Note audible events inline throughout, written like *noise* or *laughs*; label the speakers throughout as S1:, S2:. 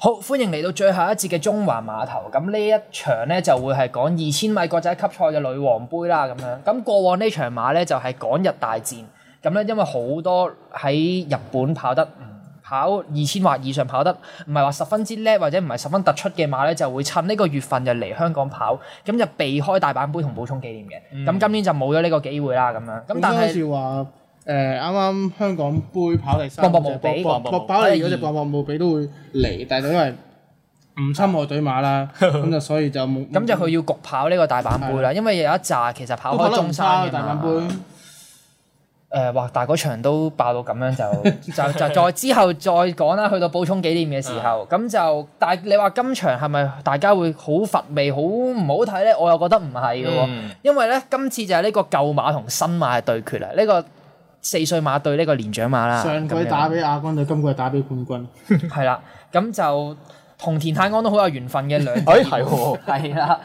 S1: 好，歡迎嚟到最後一節嘅中環碼頭。咁呢一場咧就會係講二千米國際級賽嘅女王杯啦，咁樣。咁過往呢場馬咧就係港日大戰。咁咧因為好多喺日本跑得唔跑二千或以上跑得唔係話十分之叻或者唔係十分突出嘅馬咧，就會趁呢個月份就嚟香港跑，咁就避開大阪杯同補充紀念嘅。咁、今年就冇咗呢個機會啦，咁樣。咁
S2: 咁
S1: 但
S2: 嗯但係好
S1: 係
S2: 似話誒啱啱香港杯跑第
S1: 博
S2: 三
S1: 博無
S2: 隻
S1: 比博
S2: 博博
S1: 博
S2: 博
S1: 無
S2: 跑第二嗰
S1: 第
S2: 隻
S1: 二
S2: 博博無比都會嚟，但係就因為唔侵害隊
S1: *laughs*
S2: 馬啦，咁就所以就冇
S1: 咁就佢要焗跑呢個大阪杯啦，因為有一紮其實跑
S2: 都跑
S1: 開
S2: 得唔
S1: 中
S2: 差
S1: 山
S2: 嘅
S1: 嘅
S2: 大
S1: 嘛
S2: 阪杯。
S1: 誒，哇！呃但係嗰場都爆到咁樣就就就再之後再講啦，去到補充紀念嘅時候，咁就但係你話今場係咪大家會好乏味、好唔好睇咧？我又覺得唔係嘅喎，
S3: 嗯
S1: 因為咧今次就係呢個舊馬同新馬嘅對決啦，呢、個四歲馬對呢個年長馬啦，
S2: 上季
S1: 咁樣
S2: 打俾亞軍隊，今季打俾冠軍。
S1: 係啦，咁就同田泰安都好有緣分嘅
S3: *laughs*
S1: 兩
S3: 哎係喎，
S1: 係啦，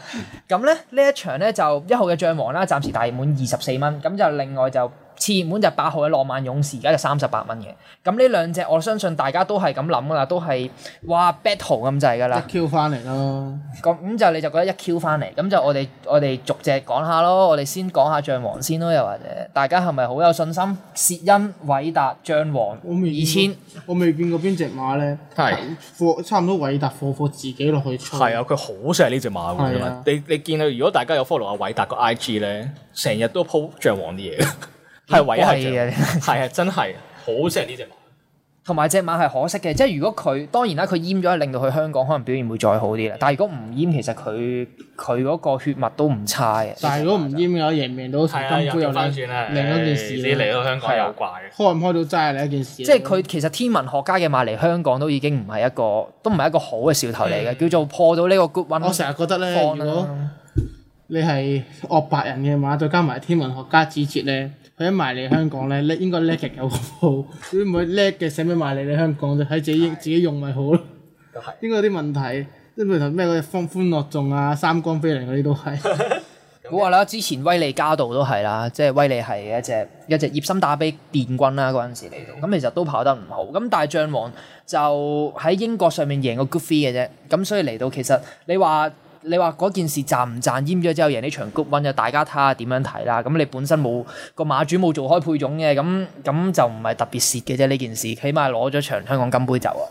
S1: 咁咧呢一場咧就一號嘅將王啦，暫時大熱門二十四蚊，咁就另外就次熱門就八號嘅浪漫勇士，而家就三十八蚊嘅。咁呢兩隻我相信大家都係咁諗噶啦，都係哇 battle 咁滯噶啦。
S2: 一 Q 翻嚟咯，
S1: 咁咁就你就覺得一 Q 翻嚟，咁就我哋我哋逐隻講下咯，我哋先講下將王先咯，又或者大家係咪好有信心？薛恩、偉達、將王
S3: 嗯
S2: 我未
S1: 二千
S2: 見。過我未見過邊只馬咧，
S3: 係
S2: 貨差唔多偉達貨貨自己落去吹。
S3: 係啊，佢好錫呢只馬㗎
S2: 係
S3: 嘛
S2: 啊。
S3: 你你見佢，如果大家有 follow 阿偉達個 IG 咧，成日都 po 象王啲嘢，係唯一係象
S1: 貴嘅
S3: 王，係啊，真係好錫呢只馬。
S1: 同埋只馬係可惜嘅，即係如果佢當然啦，佢閹咗，令到佢香港可能表現會再好啲啦。但係如果唔閹，其實佢佢嗰個血脈都唔差嘅。
S2: 但係如果唔閹嘅話，贏唔贏到
S3: 係
S2: 成
S3: 啊，
S2: 金
S3: 又
S2: 杯又
S3: 調翻轉啦，
S2: 另另一件
S3: 唉
S2: 事
S3: 你嚟
S2: 啦。
S3: 到香港又怪。
S2: 開唔開到齋係另一件事。
S1: 即係佢其實天文學家嘅馬嚟香港都已經唔係一個都唔係一個好嘅兆頭嚟嘅，叫做破到呢個 good one
S2: 嗯我成日覺得咧，
S1: 放啊
S2: 如果
S1: 啦。
S2: 你係惡白人嘅馬，再加埋天文學家指節咧，佢一埋嚟香港咧，叻應該叻極有個 *laughs* 鋪，你唔會叻嘅使咩埋嚟你香港啫？喺自己自己用咪好咯。
S3: 都係
S2: 應該有啲問題，即係譬如咩嗰啲歡歡樂頌啊、三光飛靈嗰啲都係。
S1: 估話啊啦，之前威利加道都係啦，即係威利係一隻一隻葉森打比殿軍啦，嗰陣時嚟
S2: 嗯
S1: 到，咁其實都跑得唔好，咁但係將王就喺英國上面贏個 good three 嘅啫，咁所以嚟到其實你話。你話嗰件事賺唔賺？閹咗之後贏呢場 good win 就大家睇下點樣睇啦。咁你本身冇個馬主冇做開配種嘅，咁咁就唔係特別蝕嘅啫。呢件事起碼攞咗場香港金杯走啊。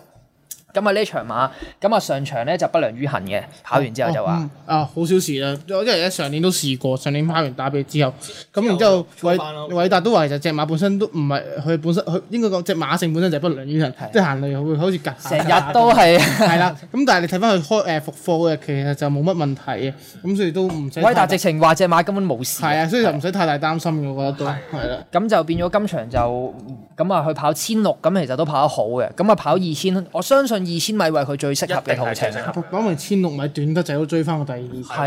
S1: 咁啊呢場馬，咁啊上場咧就不良於行嘅，跑完之後就話。
S2: 哦嗯啊，好少事啦，因為上年都試過，上年跑完打比之後，咁然之後
S3: 衝
S2: 偉
S3: 返咯
S2: 偉達都話其實隻馬本身都唔係佢本身，佢應該講隻馬性本身就係不良於人
S1: 係，
S2: 即係行嚟會好似趌
S1: 成日都係
S2: 係啦。咁但係你睇翻佢開誒復課嘅，其實就冇乜問題嘅，咁所以都唔使
S1: 威達
S2: 太
S1: 直情話只馬根本冇事。
S2: 係啊，所以就唔使太大擔心嘅，我覺得都
S3: 係
S2: 係啦。
S1: 咁就變咗今場就咁啊，去跑千六咁，其實都跑得好嘅。咁啊，跑二千，我相信二千米為佢最適合嘅途程。
S2: 講明千六米短得滯都追翻個第二。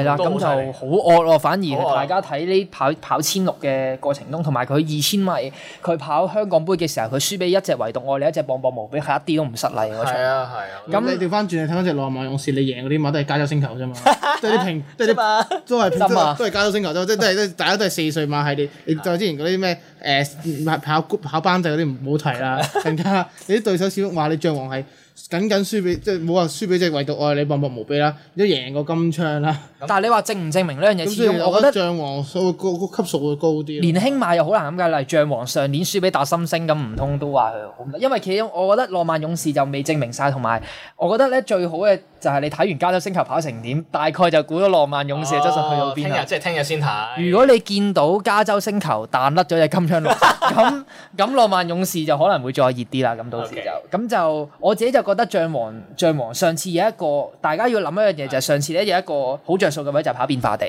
S1: 係啦，咁
S3: 都好
S1: 就
S3: 犀利
S1: 好惡咯。反
S3: 好
S1: 而
S3: 惡
S1: 大家睇呢跑跑千六嘅過程中，同埋佢二千米，佢跑香港杯嘅時候，佢輸俾一隻唯獨愛你一隻磅磅無比，係一啲都唔失禮嗰場。
S3: 啊係啊，
S2: 咁你調翻轉，你睇翻只浪漫勇士，你贏嗰啲馬都係加州星球
S1: *laughs*
S2: 啫嘛，都係啲平，都係啲都係
S1: 真啊
S2: 都係加州星球啫，即係都係都係大家都係四歲馬系列。你再之前嗰啲咩誒跑跑班制嗰啲唔好提
S1: *laughs*
S2: 啦，更加你啲對手小話你象王係僅僅輸俾，即係冇話輸俾只唯獨愛你默默無比啦，都贏過金槍啦。
S1: 但係你話證唔證明呢樣嘢？始
S2: 咁所以
S1: 終
S2: 我
S1: 我
S2: 覺
S1: 覺
S2: 得
S1: 得
S2: 象王數個個級數會高啲啊咯。
S1: 年輕馬又好難咁計，例如象王上年輸俾達心星咁，唔通都話佢好？因為其中我覺得浪漫勇士就未證明晒，同埋我覺得咧最好嘅就係你睇完加州星球跑成點，大概就估到浪漫勇士嘅質素去
S3: 哦
S1: 到邊啊
S3: 聽
S1: 啦
S3: 日。即係聽日先睇。
S1: 如果你見到加州星球彈甩咗隻金槍落，
S2: *laughs*
S1: 咁咁浪漫勇士就可能會再熱啲啦。咁到時
S3: OK
S1: 就咁就我自己就覺得象王象王上次有一個大家要諗一樣嘢就係上次咧有一個好着數嘅位就係跑變化地，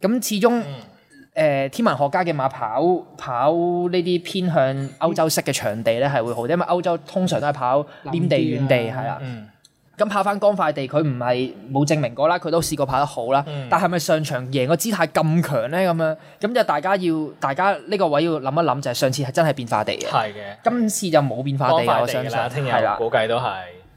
S1: 咁始終。
S2: 嗯
S1: 誒、天文學家嘅馬跑跑呢啲偏向歐洲式嘅場地咧係會好啲，因為歐洲通常都係跑黏地軟地
S2: 藍啲啊
S1: 係啦。
S3: 嗯
S1: 咁跑翻乾塊地，佢唔係冇證明過啦，佢都試過跑得好啦。
S3: 嗯
S1: 但係咪上場贏個姿態咁強咧？咁樣咁就大家要大家呢個位要諗一諗，就係上次係真係變化地嘅，
S3: 係嘅，
S1: 今次就冇變化
S3: 幫
S1: 地嘅，
S3: 快
S1: 我
S3: 地
S1: 相
S3: 㗎
S1: 信
S3: 啦，聽
S1: 係
S3: 日
S1: 啦。
S3: 估計都係。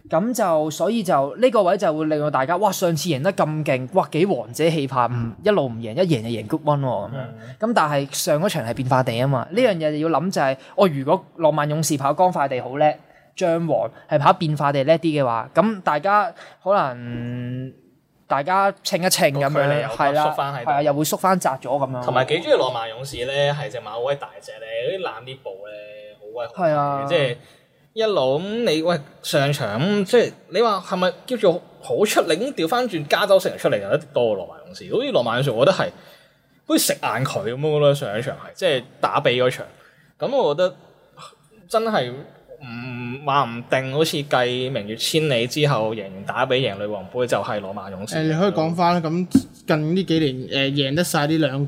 S1: 咁就所以就呢、個位就會令到大家哇，上次贏得咁勁，哇幾王者氣魄，唔
S3: 嗯
S1: 一路唔贏，一贏就贏 good one 喎咁樣。咁但係哦上嗰場係變化地啊嘛，呢樣嘢就要諗就係、我如果浪漫勇士跑乾快地好叻，象王係跑變化地叻啲嘅話，咁大家可能大家稱一稱咁
S3: 個距離
S1: 樣，
S3: 又
S1: 係啦，
S3: 縮返喺度
S1: 係啊，又會縮翻窄咗咁樣。
S4: 同埋幾中意浪漫勇士咧，係隻馬好鬼大隻咧，嗰啲攬啲步咧好鬼好睇
S1: 係啊
S4: 嘅，即係一路咁你喂上場咁，即係你話係咪叫做好出力？咁調翻轉加州城出嚟就一定多過浪漫勇士，好似浪漫勇士，我覺得係好似食硬佢咁樣咯。上一場係即係打比嗰場，咁我覺得真係唔話唔定，好似繼明月千里之後贏完打比贏女王杯就係浪漫勇士。
S2: 誒，你可以講翻啦。咁近呢幾年誒贏得晒呢兩誒，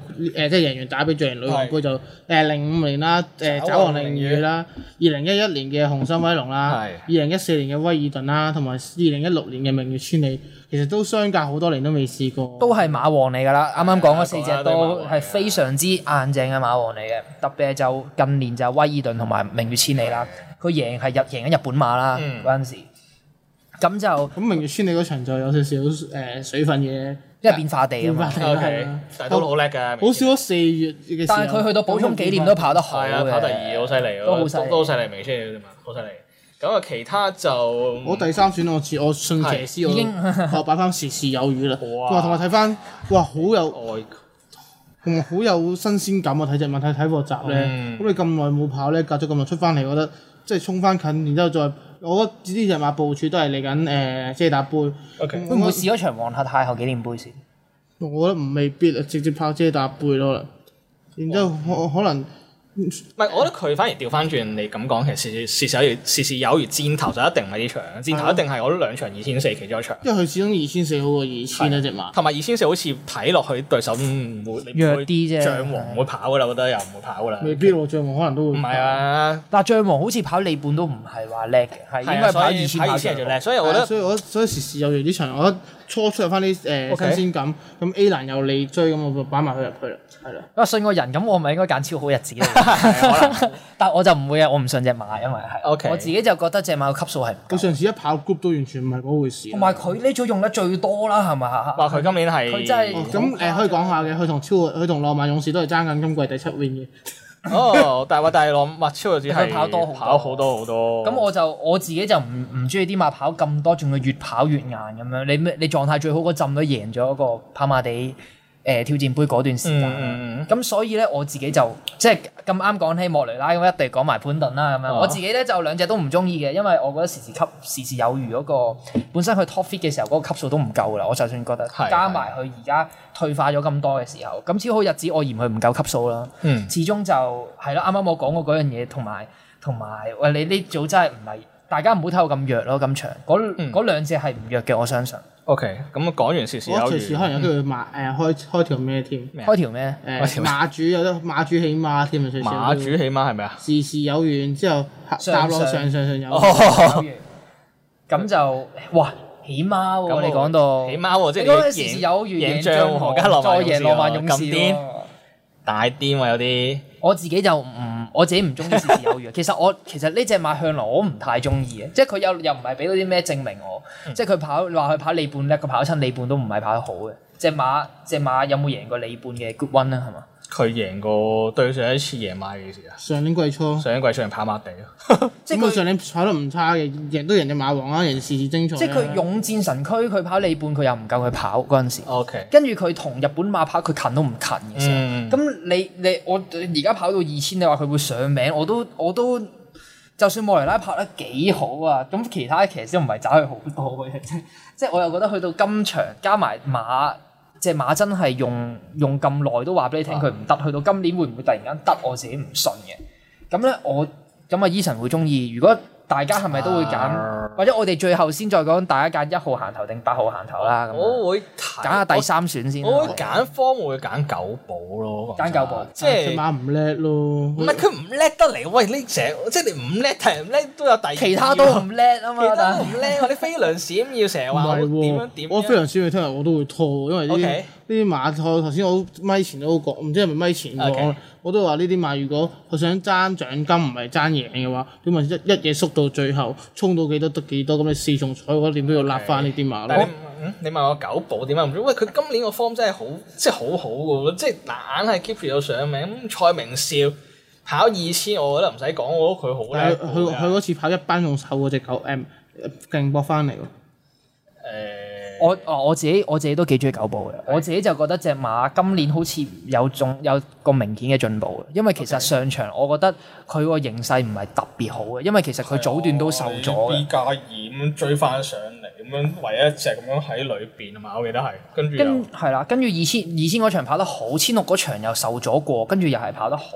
S2: 即係贏完打比再贏女王杯就誒零五年啦，誒
S4: 爪
S2: 爪
S4: 王
S2: 王凌
S4: 凌
S2: 雨
S4: 雨
S2: 啦，二零一一年嘅紅心威龍啦，
S3: 係
S2: 二零一四年嘅威爾頓啦，同埋二零一六年嘅明月千里，其實都相隔好多年都未試過。
S1: 都係馬王嚟㗎啦，啱啱講嗰四
S4: 哦係啊
S1: 隻
S4: 都係馬
S1: 都
S4: 王嚟㗎
S1: 係非常之硬正嘅馬王嚟嘅，特別係就近年就威爾頓同埋明月千里啦，佢贏係日贏緊日本馬啦
S4: 嗯
S1: 嗰陣時，咁就
S2: 咁明月千里嗰場就有少少誒水分嘅，
S1: 因為變化地啊嘛
S2: 變。化
S4: O
S2: 係
S4: K，
S2: 啊
S4: 但係都好叻㗎，
S2: 好少咗四月嘅時候。
S1: 但係佢去到補充紀念都跑得好
S4: 係啊，
S1: 嘅
S4: 跑第二好犀利喎，
S1: 都好犀利
S4: 都好犀利，明星嚟啫嘛，好犀利。咁啊，其他就
S2: 我
S4: 我
S2: 第三選我自我信騎師，
S1: 已經
S2: *laughs* 我我擺翻時時有餘啦。
S4: 哇
S2: 哇！同埋睇翻，哇好有
S4: 外
S2: 同埋好有新鮮感啊！睇隻馬睇睇個集咧，
S4: 嗯
S2: 咁你咁耐冇跑咧，隔咗咁耐出翻嚟，我覺得即係衝翻近，然之後再，我覺得呢隻馬部署都係嚟緊誒遮打杯。
S4: OK
S1: 會唔會試咗場皇后太后紀念杯先？
S2: 我覺得唔未必啊，直接跑遮打杯咯。然之後可可能
S4: 唔係，我覺得佢反而調翻轉，你咁講，其實事事有如事事有如箭頭就一定唔係呢場，箭
S1: 啊
S4: 頭一定係我覺得兩場二千四其中一場，
S2: 因為佢始終二千四好過二千啊隻馬。
S4: 同埋二千四好似睇落去對手唔會
S1: 弱啲啫
S4: 象王唔會跑噶啦，我覺得又唔會跑噶啦，
S2: 未必喎，將我可能都
S4: 唔
S2: 會。
S4: 係啊，
S1: 但係象王好似跑里半都唔係話叻嘅，係
S4: 係
S1: 應該
S4: 啊，
S1: 跑
S4: 所
S1: 二
S4: 以
S1: 千
S4: 跑二千係最叻，所以
S2: 係
S4: 我
S2: 啊
S4: 覺得
S2: 所以我所以時時有餘呢場，我覺得初出有翻啲誒
S4: OK
S2: 新鮮感，咁 A 欄有你追，咁我就擺埋佢入去啦，係啦。
S1: 我啊信個人咁，我咪應該揀超好日子
S4: *laughs*
S1: 嚟。 *laughs* 但我就唔會啊，我唔信只馬，因為係
S4: 啊 OK
S1: 我自己就覺得只馬嘅級數係唔
S2: 佢
S1: 夠，
S2: 上次一跑 group 都完全唔係嗰回事啦。啊
S1: 同埋佢呢組用得最多啦，係咪啊
S4: 話佢今年係
S1: 佢真係
S2: 哦咁誒可以講下嘅，佢同超佢同浪漫勇士都係爭緊今季第七 win 嘅。
S4: 哦，但係話大浪麥超就只係
S1: 佢跑多好多
S4: 跑好多好多。
S1: 咁我就我自己就唔唔中意啲馬跑咁多，仲要越跑越硬咁樣。你咩？你狀態最好嗰陣都贏咗個跑馬地誒、呃挑戰杯嗰段時間。
S4: 嗯嗯嗯
S1: 咁所以咧，我自己就即係咁啱講起莫雷拉咁，一定講埋潘頓啦咁樣。
S4: 啊
S1: 我自己咧就兩隻都唔中意嘅，因為我覺得時時級時時有餘嗰、個本身佢 top fit 嘅時候嗰、個級數都唔夠啦。我就算覺得
S4: 係
S1: 加埋佢而家退化咗咁多嘅時候，咁超好日子我嫌佢唔夠級數啦。
S4: 嗯
S1: 始終就係咯，啱啱我講過嗰樣嘢，同埋同埋喂你呢組真係唔係大家唔好睇我咁弱咯，咁長嗰
S4: 嗯
S1: 嗰兩隻係唔弱嘅，我相信。
S4: OK，咁講完時時
S2: 我
S4: 有
S2: 隨
S4: 餘
S2: 時可能有機會馬誒開開條咩添？
S4: 咩啊
S1: 開條咩？
S2: 誒馬主有得馬主起馬添啊！隨時
S4: 馬主起碼係咪啊？
S2: 事事有緣之後，搭落上上上有。
S1: *laughs*
S4: 哦，
S1: 咁就哇起碼
S4: 咁我
S1: 喎，你講到
S4: 起碼喎，即
S1: 你
S4: 係
S1: 講
S4: 你
S1: 到時時有餘
S4: 贏
S1: 贏
S4: 仗
S1: 仗
S4: 王
S1: 王
S4: 加浪
S1: 再
S4: 漫勇士
S1: 贏浪漫勇
S4: 喎咁
S1: 士
S4: 癲
S1: 喎
S4: 大癲喎有啲。
S1: 我自己就唔我自己唔中意時時有餘。其實我其實呢只馬向來我唔太中意嘅，即係佢又又唔係俾到啲咩證明我，即係佢跑話佢跑里半叻，佢跑親里半都唔係跑得好嘅。只馬只馬有冇贏過里半嘅 Good One 啊？係嘛？
S4: 佢贏過對上一次贏馬嘅幾時啊？
S2: 上年季初，
S4: 上一季上跑馬地咯。
S1: 即
S2: 咁
S1: 係
S2: 啊佢
S1: 佢
S2: 上年跑得唔差嘅，贏都贏只馬王啦，贏事事精彩啦。啊
S1: 即係佢勇戰神區，佢跑里半佢又唔夠佢跑嗰陣時，
S4: OK，
S1: 跟住佢同日本馬跑佢近都唔近嘅時候。
S4: 嗯，
S1: 咁你你我而家跑到二千，你話佢會上名，我都我都就算莫雷拉拍得幾好啊，咁其他騎師都唔係找佢好多嘅， *laughs* 即即係我又覺得去到今場加埋馬隻馬真係用用咁耐都話俾你
S4: 啊
S1: 聽佢唔得，去到今年會唔會突然間得？我自己唔信嘅。咁咧我咁啊，Eason 會中意。如果大家係咪都會
S4: 啊
S1: 揀，或者我哋最後先再講大家揀一號行頭定八號行頭啦。咁樣
S4: 我會睇
S1: 揀下第，三選先啦。
S4: 我我會揀科，我會揀九寶咯。
S1: 揀九寶
S4: 即
S2: 隻
S4: 係。
S2: 馬唔叻咯。
S4: 唔係佢唔叻得嚟，喂呢隻即係你唔叻，但係唔叻都有第二
S1: 其他都
S4: 喎
S1: 唔叻啊嘛，
S4: 其他
S1: 但
S4: 都
S1: 係
S4: 唔叻，我啲飛輪閃要成日
S2: 唔
S4: 話我
S2: 係
S4: 點樣
S2: 喎
S4: 點，樣。
S2: 我非常少去聽人，我都會拖，因為呢啲
S4: OK
S2: 呢啲馬，我頭先我咪前都講，唔知係咪咪前講
S4: OK
S2: 我都話呢啲馬如果佢想爭獎金唔係爭贏嘅話，點咪一一嘢縮到最後，衝到幾多得幾多，咁你四重彩嗰點都要立翻呢啲馬
S4: 但係
S2: 咯
S4: 你。嗯你問我九寶點解啊唔中意？喂，佢今年個 form 真係好，即係好好嘅喎，即係硬係 keep 住有上名。咁蔡明少跑二千，我覺得唔使講，我覺得佢好
S2: 但係
S4: 叻。
S2: 佢佢佢嗰次跑一班仲瘦過只狗誒勁搏翻嚟喎。
S4: 誒，
S1: 我哦我自己我自己都幾中意九步嘅，我自己就覺得只馬今年好似有種有個明顯嘅進步嘅，因為其實上場我覺得佢個形勢唔係特別好嘅，因為其實佢早段都受咗
S2: 啊
S4: 依
S1: 嘅。
S4: 加二咁追翻上嚟，咁樣唯一一隻咁樣喺裏邊啊嘛，我記得係跟住又
S1: 跟係啦，跟住二千二千嗰場跑得好，千六嗰場又受咗過，跟住又係跑得好。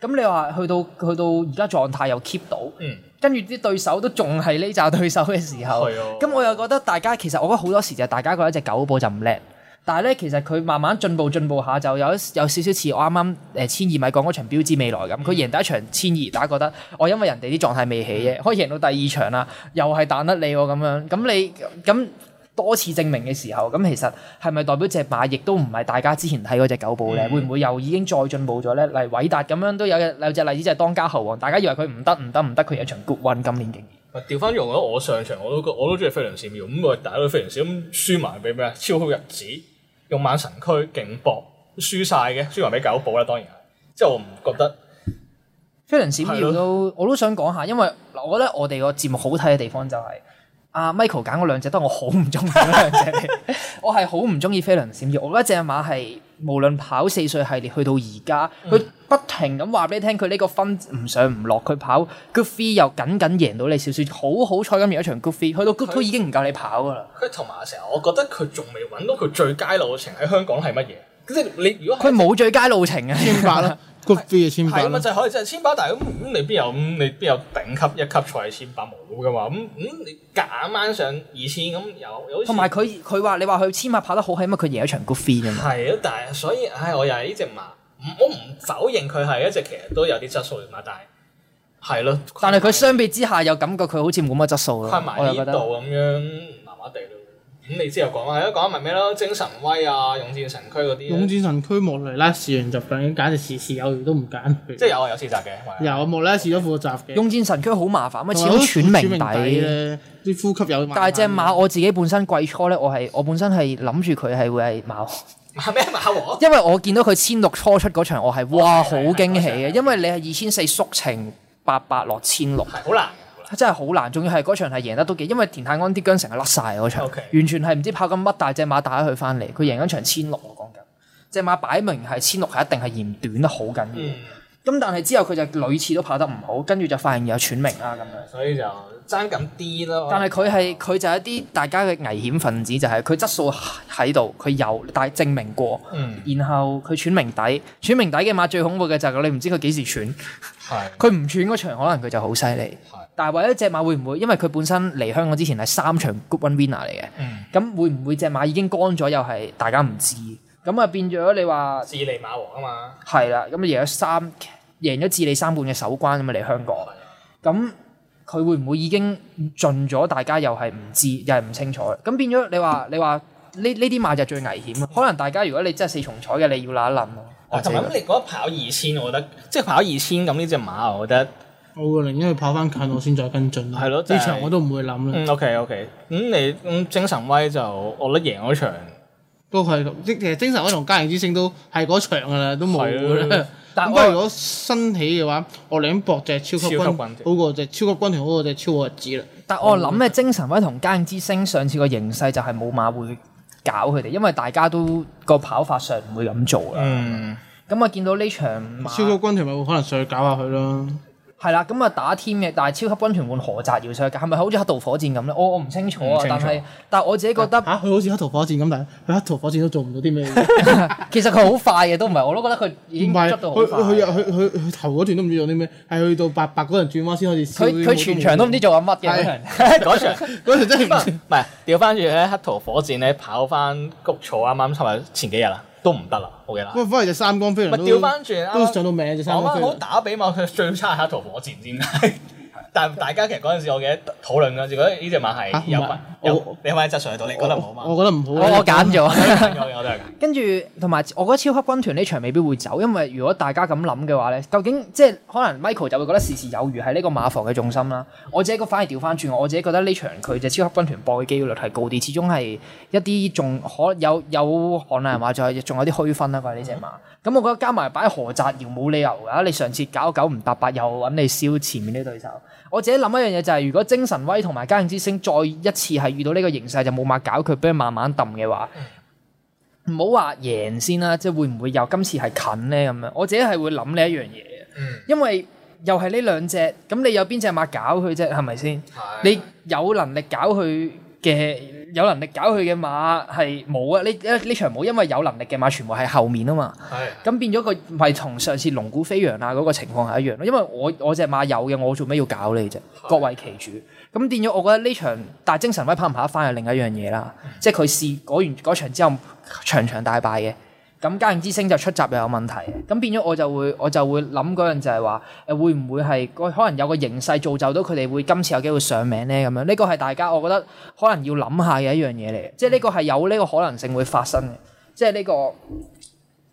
S1: 咁你話去到去到而家狀態又 keep 到，
S4: 嗯
S1: 跟住啲對手都仲係呢扎對手嘅時候，
S4: 係啊
S1: 咁我又覺得大家其實我覺得好多時就係大家覺得只狗步就唔叻，但係咧其實佢慢慢進步進步下就有有少少似我啱啱誒千二米講嗰場標誌未來咁，佢贏第一場千二，大家覺得我因為人哋啲狀態未起
S4: 嗯
S1: 啫，可以贏到第二場啦，又係彈得你喎咁樣，咁你咁。多次證明嘅時候，咁其實係咪代表只馬亦都唔係大家之前睇嗰只狗步咧？會唔會又已經再進步咗咧？例如偉達咁樣都有有隻例子就係當家猴王，大家以為佢唔得唔得唔得，佢有一場 good win 今年勁。
S4: 調翻轉，我覺得我上場我都覺我都中意飛輪閃耀，咁我大家都飛輪閃，咁輸埋俾咩啊？超好日子，用晚神區勁搏，輸晒嘅，輸埋俾九寶啦，當然係。即係我唔覺得
S1: 非常閃
S4: 係
S1: 耀
S4: 咯
S1: 都，我都想講下，因為嗱我覺得我哋個節目好睇嘅地方就係、阿、Michael 揀嗰兩隻，都係我好唔中意嗰兩隻嚟，我係好唔中意飛輪閃耀。我覺得只馬係無論跑四歲系列去到而家，
S4: 嗯
S1: 佢不停咁話俾你聽，佢呢個分唔上唔落，佢跑 Good Three 又僅僅贏到你少少，好好彩咁贏一場 Good Three，去到 Good Two 已經唔夠你跑㗎啦。
S4: 佢同埋成日，我覺得佢仲未揾到佢最佳路程喺香港係乜嘢。即係你如果係
S1: 佢冇最佳路程啊！
S2: 千八
S4: *laughs*
S2: 啦，good fee 嘅千八
S4: 係咁
S2: 啦
S4: 啊，，就係可以即係千把，但係咁咁你邊有咁你邊有頂級一級賽係千把冇噶嘛？咁咁你夾硬掹上二千咁有有
S1: 同埋
S4: *laughs*
S1: 佢佢話你話佢千馬跑得好係因為佢贏一場 Good Three 啊嘛。
S4: 係咯，但係所以唉，我又係呢只馬，唔我唔否認佢係一隻其實都有啲質素嘅馬，但係係咯，
S1: 但係佢相比之下，又感覺佢好似冇乜質素
S4: 跨
S1: 咯。我又
S4: 埋
S1: 覺
S4: 呢度
S1: 得
S4: 咁樣麻麻地咯。咁你之後講啦，講埋咩咯？精神威啊，勇戰神區嗰啲，
S2: 勇戰神區莫雷拉試完集咁，簡直時時有餘都唔揀佢。
S4: 即係有啊，有試集嘅，
S2: 有莫雷拉試咗副集嘅，
S1: 用戰神區好麻煩，咪啊始
S2: 同埋
S1: 終
S2: 好
S1: 喘
S2: 喘
S1: 明
S2: 鳴
S1: 底。
S2: 咧，啲呼吸有慢慢。
S1: 但係只馬我自己本身季初咧，我係我本身係諗住佢係會係馬王，
S4: 馬咩馬王？
S1: 因為我見到佢千六初出嗰場，我係哇好驚喜
S4: 係係
S1: 嘅，因為你係二千四縮程八百落千六。
S4: 係好難嘅好難。
S1: 真係好難，仲要係嗰場係贏得都幾，因為田泰安啲姜成係甩晒啊嗰場
S4: OK
S1: 完全係唔知跑緊乜，但係只馬帶咗佢翻嚟，佢贏咗場千六我講緊，只馬擺明係千六係一定係嫌短得好緊要。
S4: 嗯。
S1: 咁但係之後佢就屢次都跑得唔好，跟住就發現有喘鳴啦咁樣。
S4: 所以就爭咁啲咯。
S1: 但係佢係佢就係一啲大家嘅危險分子，就係、佢質素喺度，佢有，但係證明過。
S4: 嗯
S1: 然後佢喘鳴底，喘鳴底嘅馬最恐怖嘅就係你唔知佢幾時喘，
S4: 係
S1: 佢唔喘嗰場可能佢就好犀利
S4: 係。
S1: 但係為咗只馬會唔會，因為佢本身嚟香港之前係三場 Good One Winner 嚟嘅，
S4: 嗯
S1: 咁會唔會只馬已經乾咗又係大家唔知？咁啊變咗你話
S4: 智利馬王啊嘛，
S1: 係啦，咁贏咗三贏咗智利三冠嘅首關咁啊嚟香港，咁佢會唔會已經盡咗？大家又係唔知，又係唔清楚啦。咁變咗你話你話呢呢啲馬就最危險啦。可能大家如果你真係四重彩嘅，你要嗱一諗咯。
S4: 哦同埋咁你覺得跑二千，我覺得即係跑二千咁呢只馬，我覺得
S2: 我會寧願佢跑翻近我先再跟進啦。
S4: 係咯就係
S2: 呢場我都唔會諗啦，
S4: 嗯 OK OK，咁你咁精神威就我覺得贏嗰場
S2: 都係咁即其實精神我同家庭之星都係嗰場㗎啦，都冇㗎
S4: 係
S2: 啦
S4: 啊。
S2: 但
S1: 但
S2: 不
S1: 我
S2: 過如果新起嘅話，我寧願搏隻超級
S4: 超級
S2: 軍
S4: 軍團
S2: 好過隻超級軍團好過隻超過日子啦。
S1: 但我諗嘅精神威同家應之星上次個形勢就係冇馬會搞佢哋，因為大家都個跑法上唔會咁做啦。
S4: 嗯
S1: 咁啊、見到呢場馬
S2: 超級軍團咪會可能上去搞下佢咯。
S1: 係啦，咁啊打添嘅，但係超級軍團換何澤耀上去，係咪好似黑道火箭咁咧？我我唔清楚
S4: 唔
S1: 啊，
S4: 清楚
S1: 但係但係我自己
S4: *laughs*
S1: 覺得
S2: 嚇，佢好似黑桃火箭咁，但係佢黑桃火箭都做唔到啲咩嘢。
S1: 其實佢好快嘅，都唔係，我都覺得佢 *laughs* 已
S2: 唔
S1: 經
S2: 係，
S1: 捉到好
S2: 佢佢
S1: 快。
S2: 佢佢佢頭嗰段都唔知做啲咩，係去到八百嗰陣轉彎先開始笑。
S1: 佢佢全場都唔知做緊乜嘅嗰場，
S4: *laughs* 嗰場。
S2: 嗰陣真係唔
S1: *laughs*
S2: 知。
S4: 唔係調翻轉咧，黑桃火箭咧跑翻谷草，啱啱係咪前幾日啊？都唔得啦，我記得。
S2: 喂，反而隻三光飛
S4: 咪
S2: 輪都
S4: 調翻轉，
S2: 嗯都上到命隻三
S4: 講
S2: 光
S4: 翻
S2: 飛
S4: 好
S2: 輪。
S4: 打比嘛，佢最差係黑桃火箭點解？但係大家其實嗰陣時，我記得討論嗰陣時，覺得呢只馬
S2: 啊
S4: 係
S2: 嚇唔
S4: 有
S2: 係
S4: 分，
S2: 我
S4: 你可唔可以質上去到？你覺得唔好嘛？
S2: 我覺得唔
S1: 我
S2: 好啊。
S1: 我揀咗。
S4: 我都係
S1: 跟住同埋，我覺得超級軍團呢場未必會走，因為如果大家咁諗嘅話咧，究竟即係可能 Michael 就會覺得事事有餘係呢個馬房嘅重心啦。我自己個反而調翻轉，我自己覺得呢場佢隻超級軍團播嘅機率係高啲，始終係一啲仲可有有可能話就係仲有啲虛分啦，佢呢只馬。咁我覺得加埋擺何澤堯冇理由㗎，你上次搞九唔搭八又揾你燒前面啲對手。我自己諗一樣嘢就係、如果精神威同埋家境之星再一次係遇到呢個形勢就冇馬搞佢，俾佢慢慢揼嘅話。唔好話贏先啦，即係會唔會又今次係近咧咁樣？我自己係會諗呢一樣嘢嘅，因為又係呢兩隻，咁你有邊只馬搞佢啫？係咪先？你有能力搞佢嘅，有能力搞佢嘅馬係冇啊！呢呢呢場冇，因為有能力嘅馬全部喺後面啊嘛。
S4: 係
S1: 咁變咗個咪同上次龍鼓飛揚啊嗰個情況係一樣咯，因為我我只馬有嘅，我做咩要搞你啫？各為其主。咁變咗，我覺得呢場但係精神威拍唔拍得翻係另一樣嘢啦。即係佢試嗰完嗰場之後，場場大敗嘅。咁家境之星就出閘又有問題，咁變咗我就會我就會諗嗰樣就係話，誒會唔會係個可能有個形勢造就到佢哋會今次有機會上名咧咁樣？呢個係大家我覺得可能要諗下嘅一樣嘢嚟嘅，即係呢個係有呢個可能性會發生嘅，即係呢個。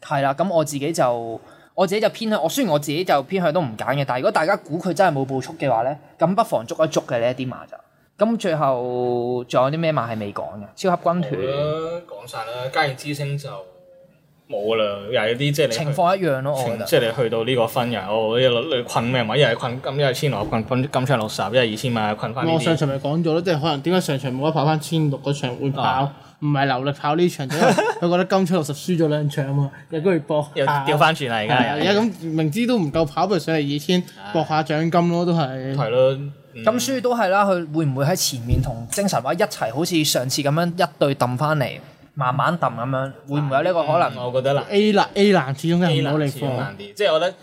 S1: 係啦，咁我自己就我自己就偏向，我雖然我自己就偏向都唔揀嘅，但係如果大家估佢真係冇步速嘅話咧，咁不妨捉一捉嘅呢一啲馬就。咁最後仲有啲咩馬係未講嘅？超級軍團
S4: 啦，講晒啦，家業之星就冇啦，又係啲即係你去
S1: 情況一樣
S4: 哦
S1: 咯，我覺得。
S4: 即係你去到呢個分又好一路你困咩嘛？一係困金，一係千六，困困金槍六十，一係二千嘛，困翻呢
S2: 我上
S4: 啲。
S2: 場咪講咗咯，即係可能點解上場冇得跑翻千六嗰場會跑
S4: 啊，
S2: 唔係流力跑呢場，
S4: *laughs*
S2: 就因為佢覺得金出六十輸咗兩場啊嘛，又跟住搏
S4: 又
S2: 下
S4: 調翻轉啦，
S2: 係
S4: 而
S2: 啊
S4: 家
S2: 而
S4: 又
S2: 家咁明知都唔夠跑，不如上嚟二千搏下獎金咯，都係。
S4: 係咯。嗯
S1: 咁所以都係啦，佢會唔會喺前面同精神話一齊，好似上次咁樣一對揼翻嚟，慢慢揼咁樣，會唔會有呢個可能？
S4: 嗯我覺得難
S2: A 難 A 難始終都係唔好嚟
S4: 始終
S2: 放
S4: 難，啲，即係我覺得。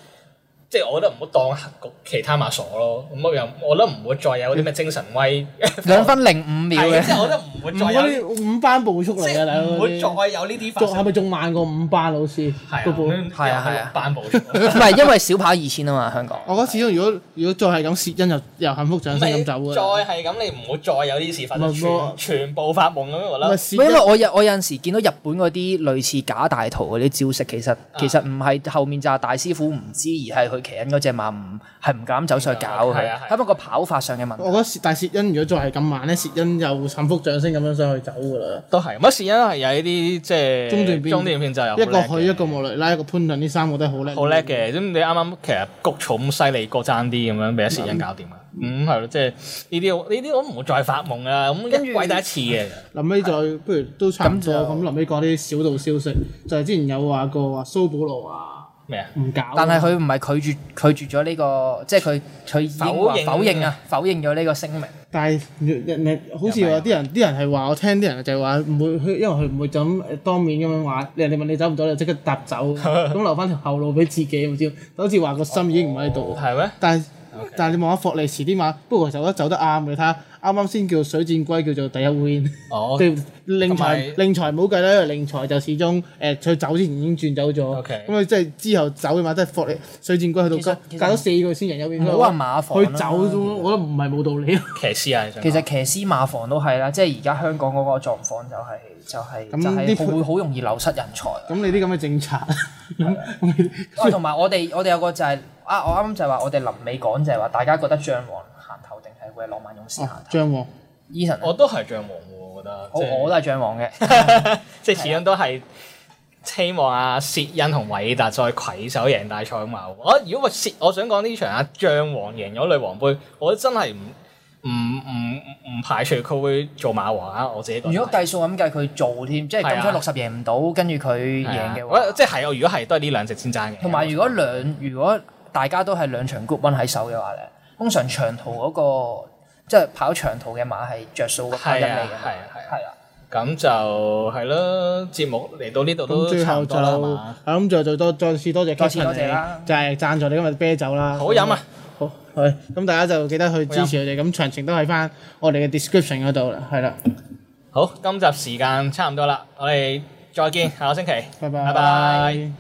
S4: 即係我覺得唔好當其他馬傻咯，咁我又我覺得唔會再有啲咩精神
S2: *laughs*
S4: 威，
S1: 兩分零五秒
S4: 係啊即
S1: 嘅，
S4: 係我覺得唔會
S2: 唔
S4: 再
S2: 嗰
S4: 有，
S2: 啲五班步速
S4: 即
S2: 嚟㗎，大
S4: 係
S2: 佬
S4: 唔
S2: 嗰
S4: 會
S2: 啲。
S4: 再有呢啲發
S2: 仲係
S4: 生。
S2: 咪仲慢過五班老師
S4: 係
S2: 個步？
S4: 啊，
S1: 係啊係啊
S4: 班補咗。
S1: 唔
S2: *laughs*
S1: 係因為小跑二千啊嘛，香港。
S4: 哦
S2: 我覺得始終如果如果再係咁，薛恩又又幸福掌聲咁走
S4: 唔係
S2: 啊！
S4: 再係咁，你唔好再有啲事發
S2: 唔
S4: 生，
S2: 係
S4: 全
S2: 喎
S4: 全部發夢咁樣，我覺
S2: 咪
S4: 得。
S2: 薛
S1: 唔係因
S2: 恩
S1: 為我有我有陣時見到日本嗰啲類似假大圖嗰啲招式，其
S4: 啊
S1: 實其實唔係後面就係大師傅唔知，而係佢騎緊嗰只馬唔係唔敢走上去搞佢
S4: 係啊係啊，
S1: 係不過跑法上嘅問
S2: 我
S1: 題。
S2: 覺得薛但係薛恩如果再係咁慢咧，薛恩又幸福掌聲咁樣上去走㗎啦。
S4: 都係，啊乜事因係有呢啲即係
S2: 中段片
S4: 中段片就有
S2: 一個佢，一
S4: 個
S2: 個莫雷拉，一個潘頓，呢三個都係好叻。
S4: 好叻嘅。咁你啱啱其實谷重犀利過爭啲咁樣，俾一時間搞掂啦。嗯，係咯，即係呢啲呢啲我唔會再發夢啦。咁
S1: 跟
S4: 一
S1: 住
S4: 季得一次嘅，
S2: 臨尾就不如都差唔多
S1: 咁就
S2: 咁，臨尾講啲小道消息，就係之前有話過話蘇保羅啊
S4: 咩啊？
S2: 唔搞，
S1: 但係佢唔係拒絕拒絕咗呢個，即係佢佢已經
S4: 否
S1: 話
S4: 認啊
S1: 否認啊，否認咗呢個聲明。
S2: 但係人人好似話啲人啲人係話，我聽啲人就係話唔會，佢因為佢唔會就咁當面咁樣話，人哋問你走唔走，你就即刻搭
S1: *laughs*
S2: 走，咁留翻條後路俾自己咁知，好似話個心已經唔喺度。
S4: 係咩？
S2: 但係但係你望下霍利時啲馬，不過走得走得啱嘅，睇下啱啱先叫水戰龜叫做第一 win。
S4: 哦
S2: 即係 *laughs* 令
S4: 同埋
S2: 財令財冇計啦，因為令財就始終誒佢走之前已經轉走咗，
S4: OK
S2: 咁佢即係之後走嘅嘛，即係霍利水戰龜去
S1: 其實
S2: 到
S1: 其
S2: 今
S1: 實
S2: 隔咗四個月先贏一 win。
S1: 唔好啊話馬房啦
S2: 佢走咗，我覺得唔係冇道
S4: *laughs*
S2: 理。
S4: 騎師啊，你想講
S1: 其實騎師馬房都係啦，即係而家香港嗰個狀況就係就係
S2: 咁
S1: 就
S2: 呢
S1: 係
S2: 盤
S1: 會好容易流失人才。
S2: 咁你啲咁嘅
S1: *laughs*
S2: 政策，咁
S1: 啊，
S2: 咁
S1: 同埋我哋我哋有個就係、啊，我啱啱就係話我哋臨尾講就係話，大家覺得將王行頭定係會係浪漫勇士
S2: 你
S1: 行
S2: 啊
S1: 頭
S2: 張王，
S1: ？Eason，
S4: 哦我都係象王喎，我覺得。
S1: 我
S4: 即係
S1: 我都係將王嘅，
S4: 即係始終都係希望阿薛恩同韋達再攜手贏大賽咁嘛。我如果話薛，我想講呢場阿將王贏咗女王杯，我真係唔唔唔唔排除佢會做馬王啊！我自己覺得係。
S1: 如果計數咁計佢做添，即係咁
S4: 係啊
S1: 出六十贏唔到，跟住佢
S4: 係啊
S1: 贏嘅話，
S4: 我即係我如果係都係呢兩隻先爭嘅。
S1: 同埋如果兩如果大家都係兩場 group one 喺手嘅話咧，通常長途嗰、個即係跑長途嘅馬係着數嗰班
S4: 係
S1: 人
S4: 啊
S1: 嚟嘅嘛，
S4: 係啊係啊
S1: 係啦。
S4: 咁就係咯，節目嚟到呢度
S2: 咁
S4: 都
S2: 最
S4: 差唔
S2: 後就啊
S4: 多啦係嘛，
S2: 咁就就多再次多謝
S1: 再次
S2: Captain
S1: 多謝啦
S2: 你，就係贊助你今日啤酒啦。
S4: 好飲啊！
S2: 好，係咁大家就記得去支持佢哋，咁詳情都喺翻我哋嘅 description 嗰度啦，係啦，
S4: 好，今集時間差唔多啦，我哋再見，下個星期，
S2: 拜
S4: 拜拜。
S2: 拜。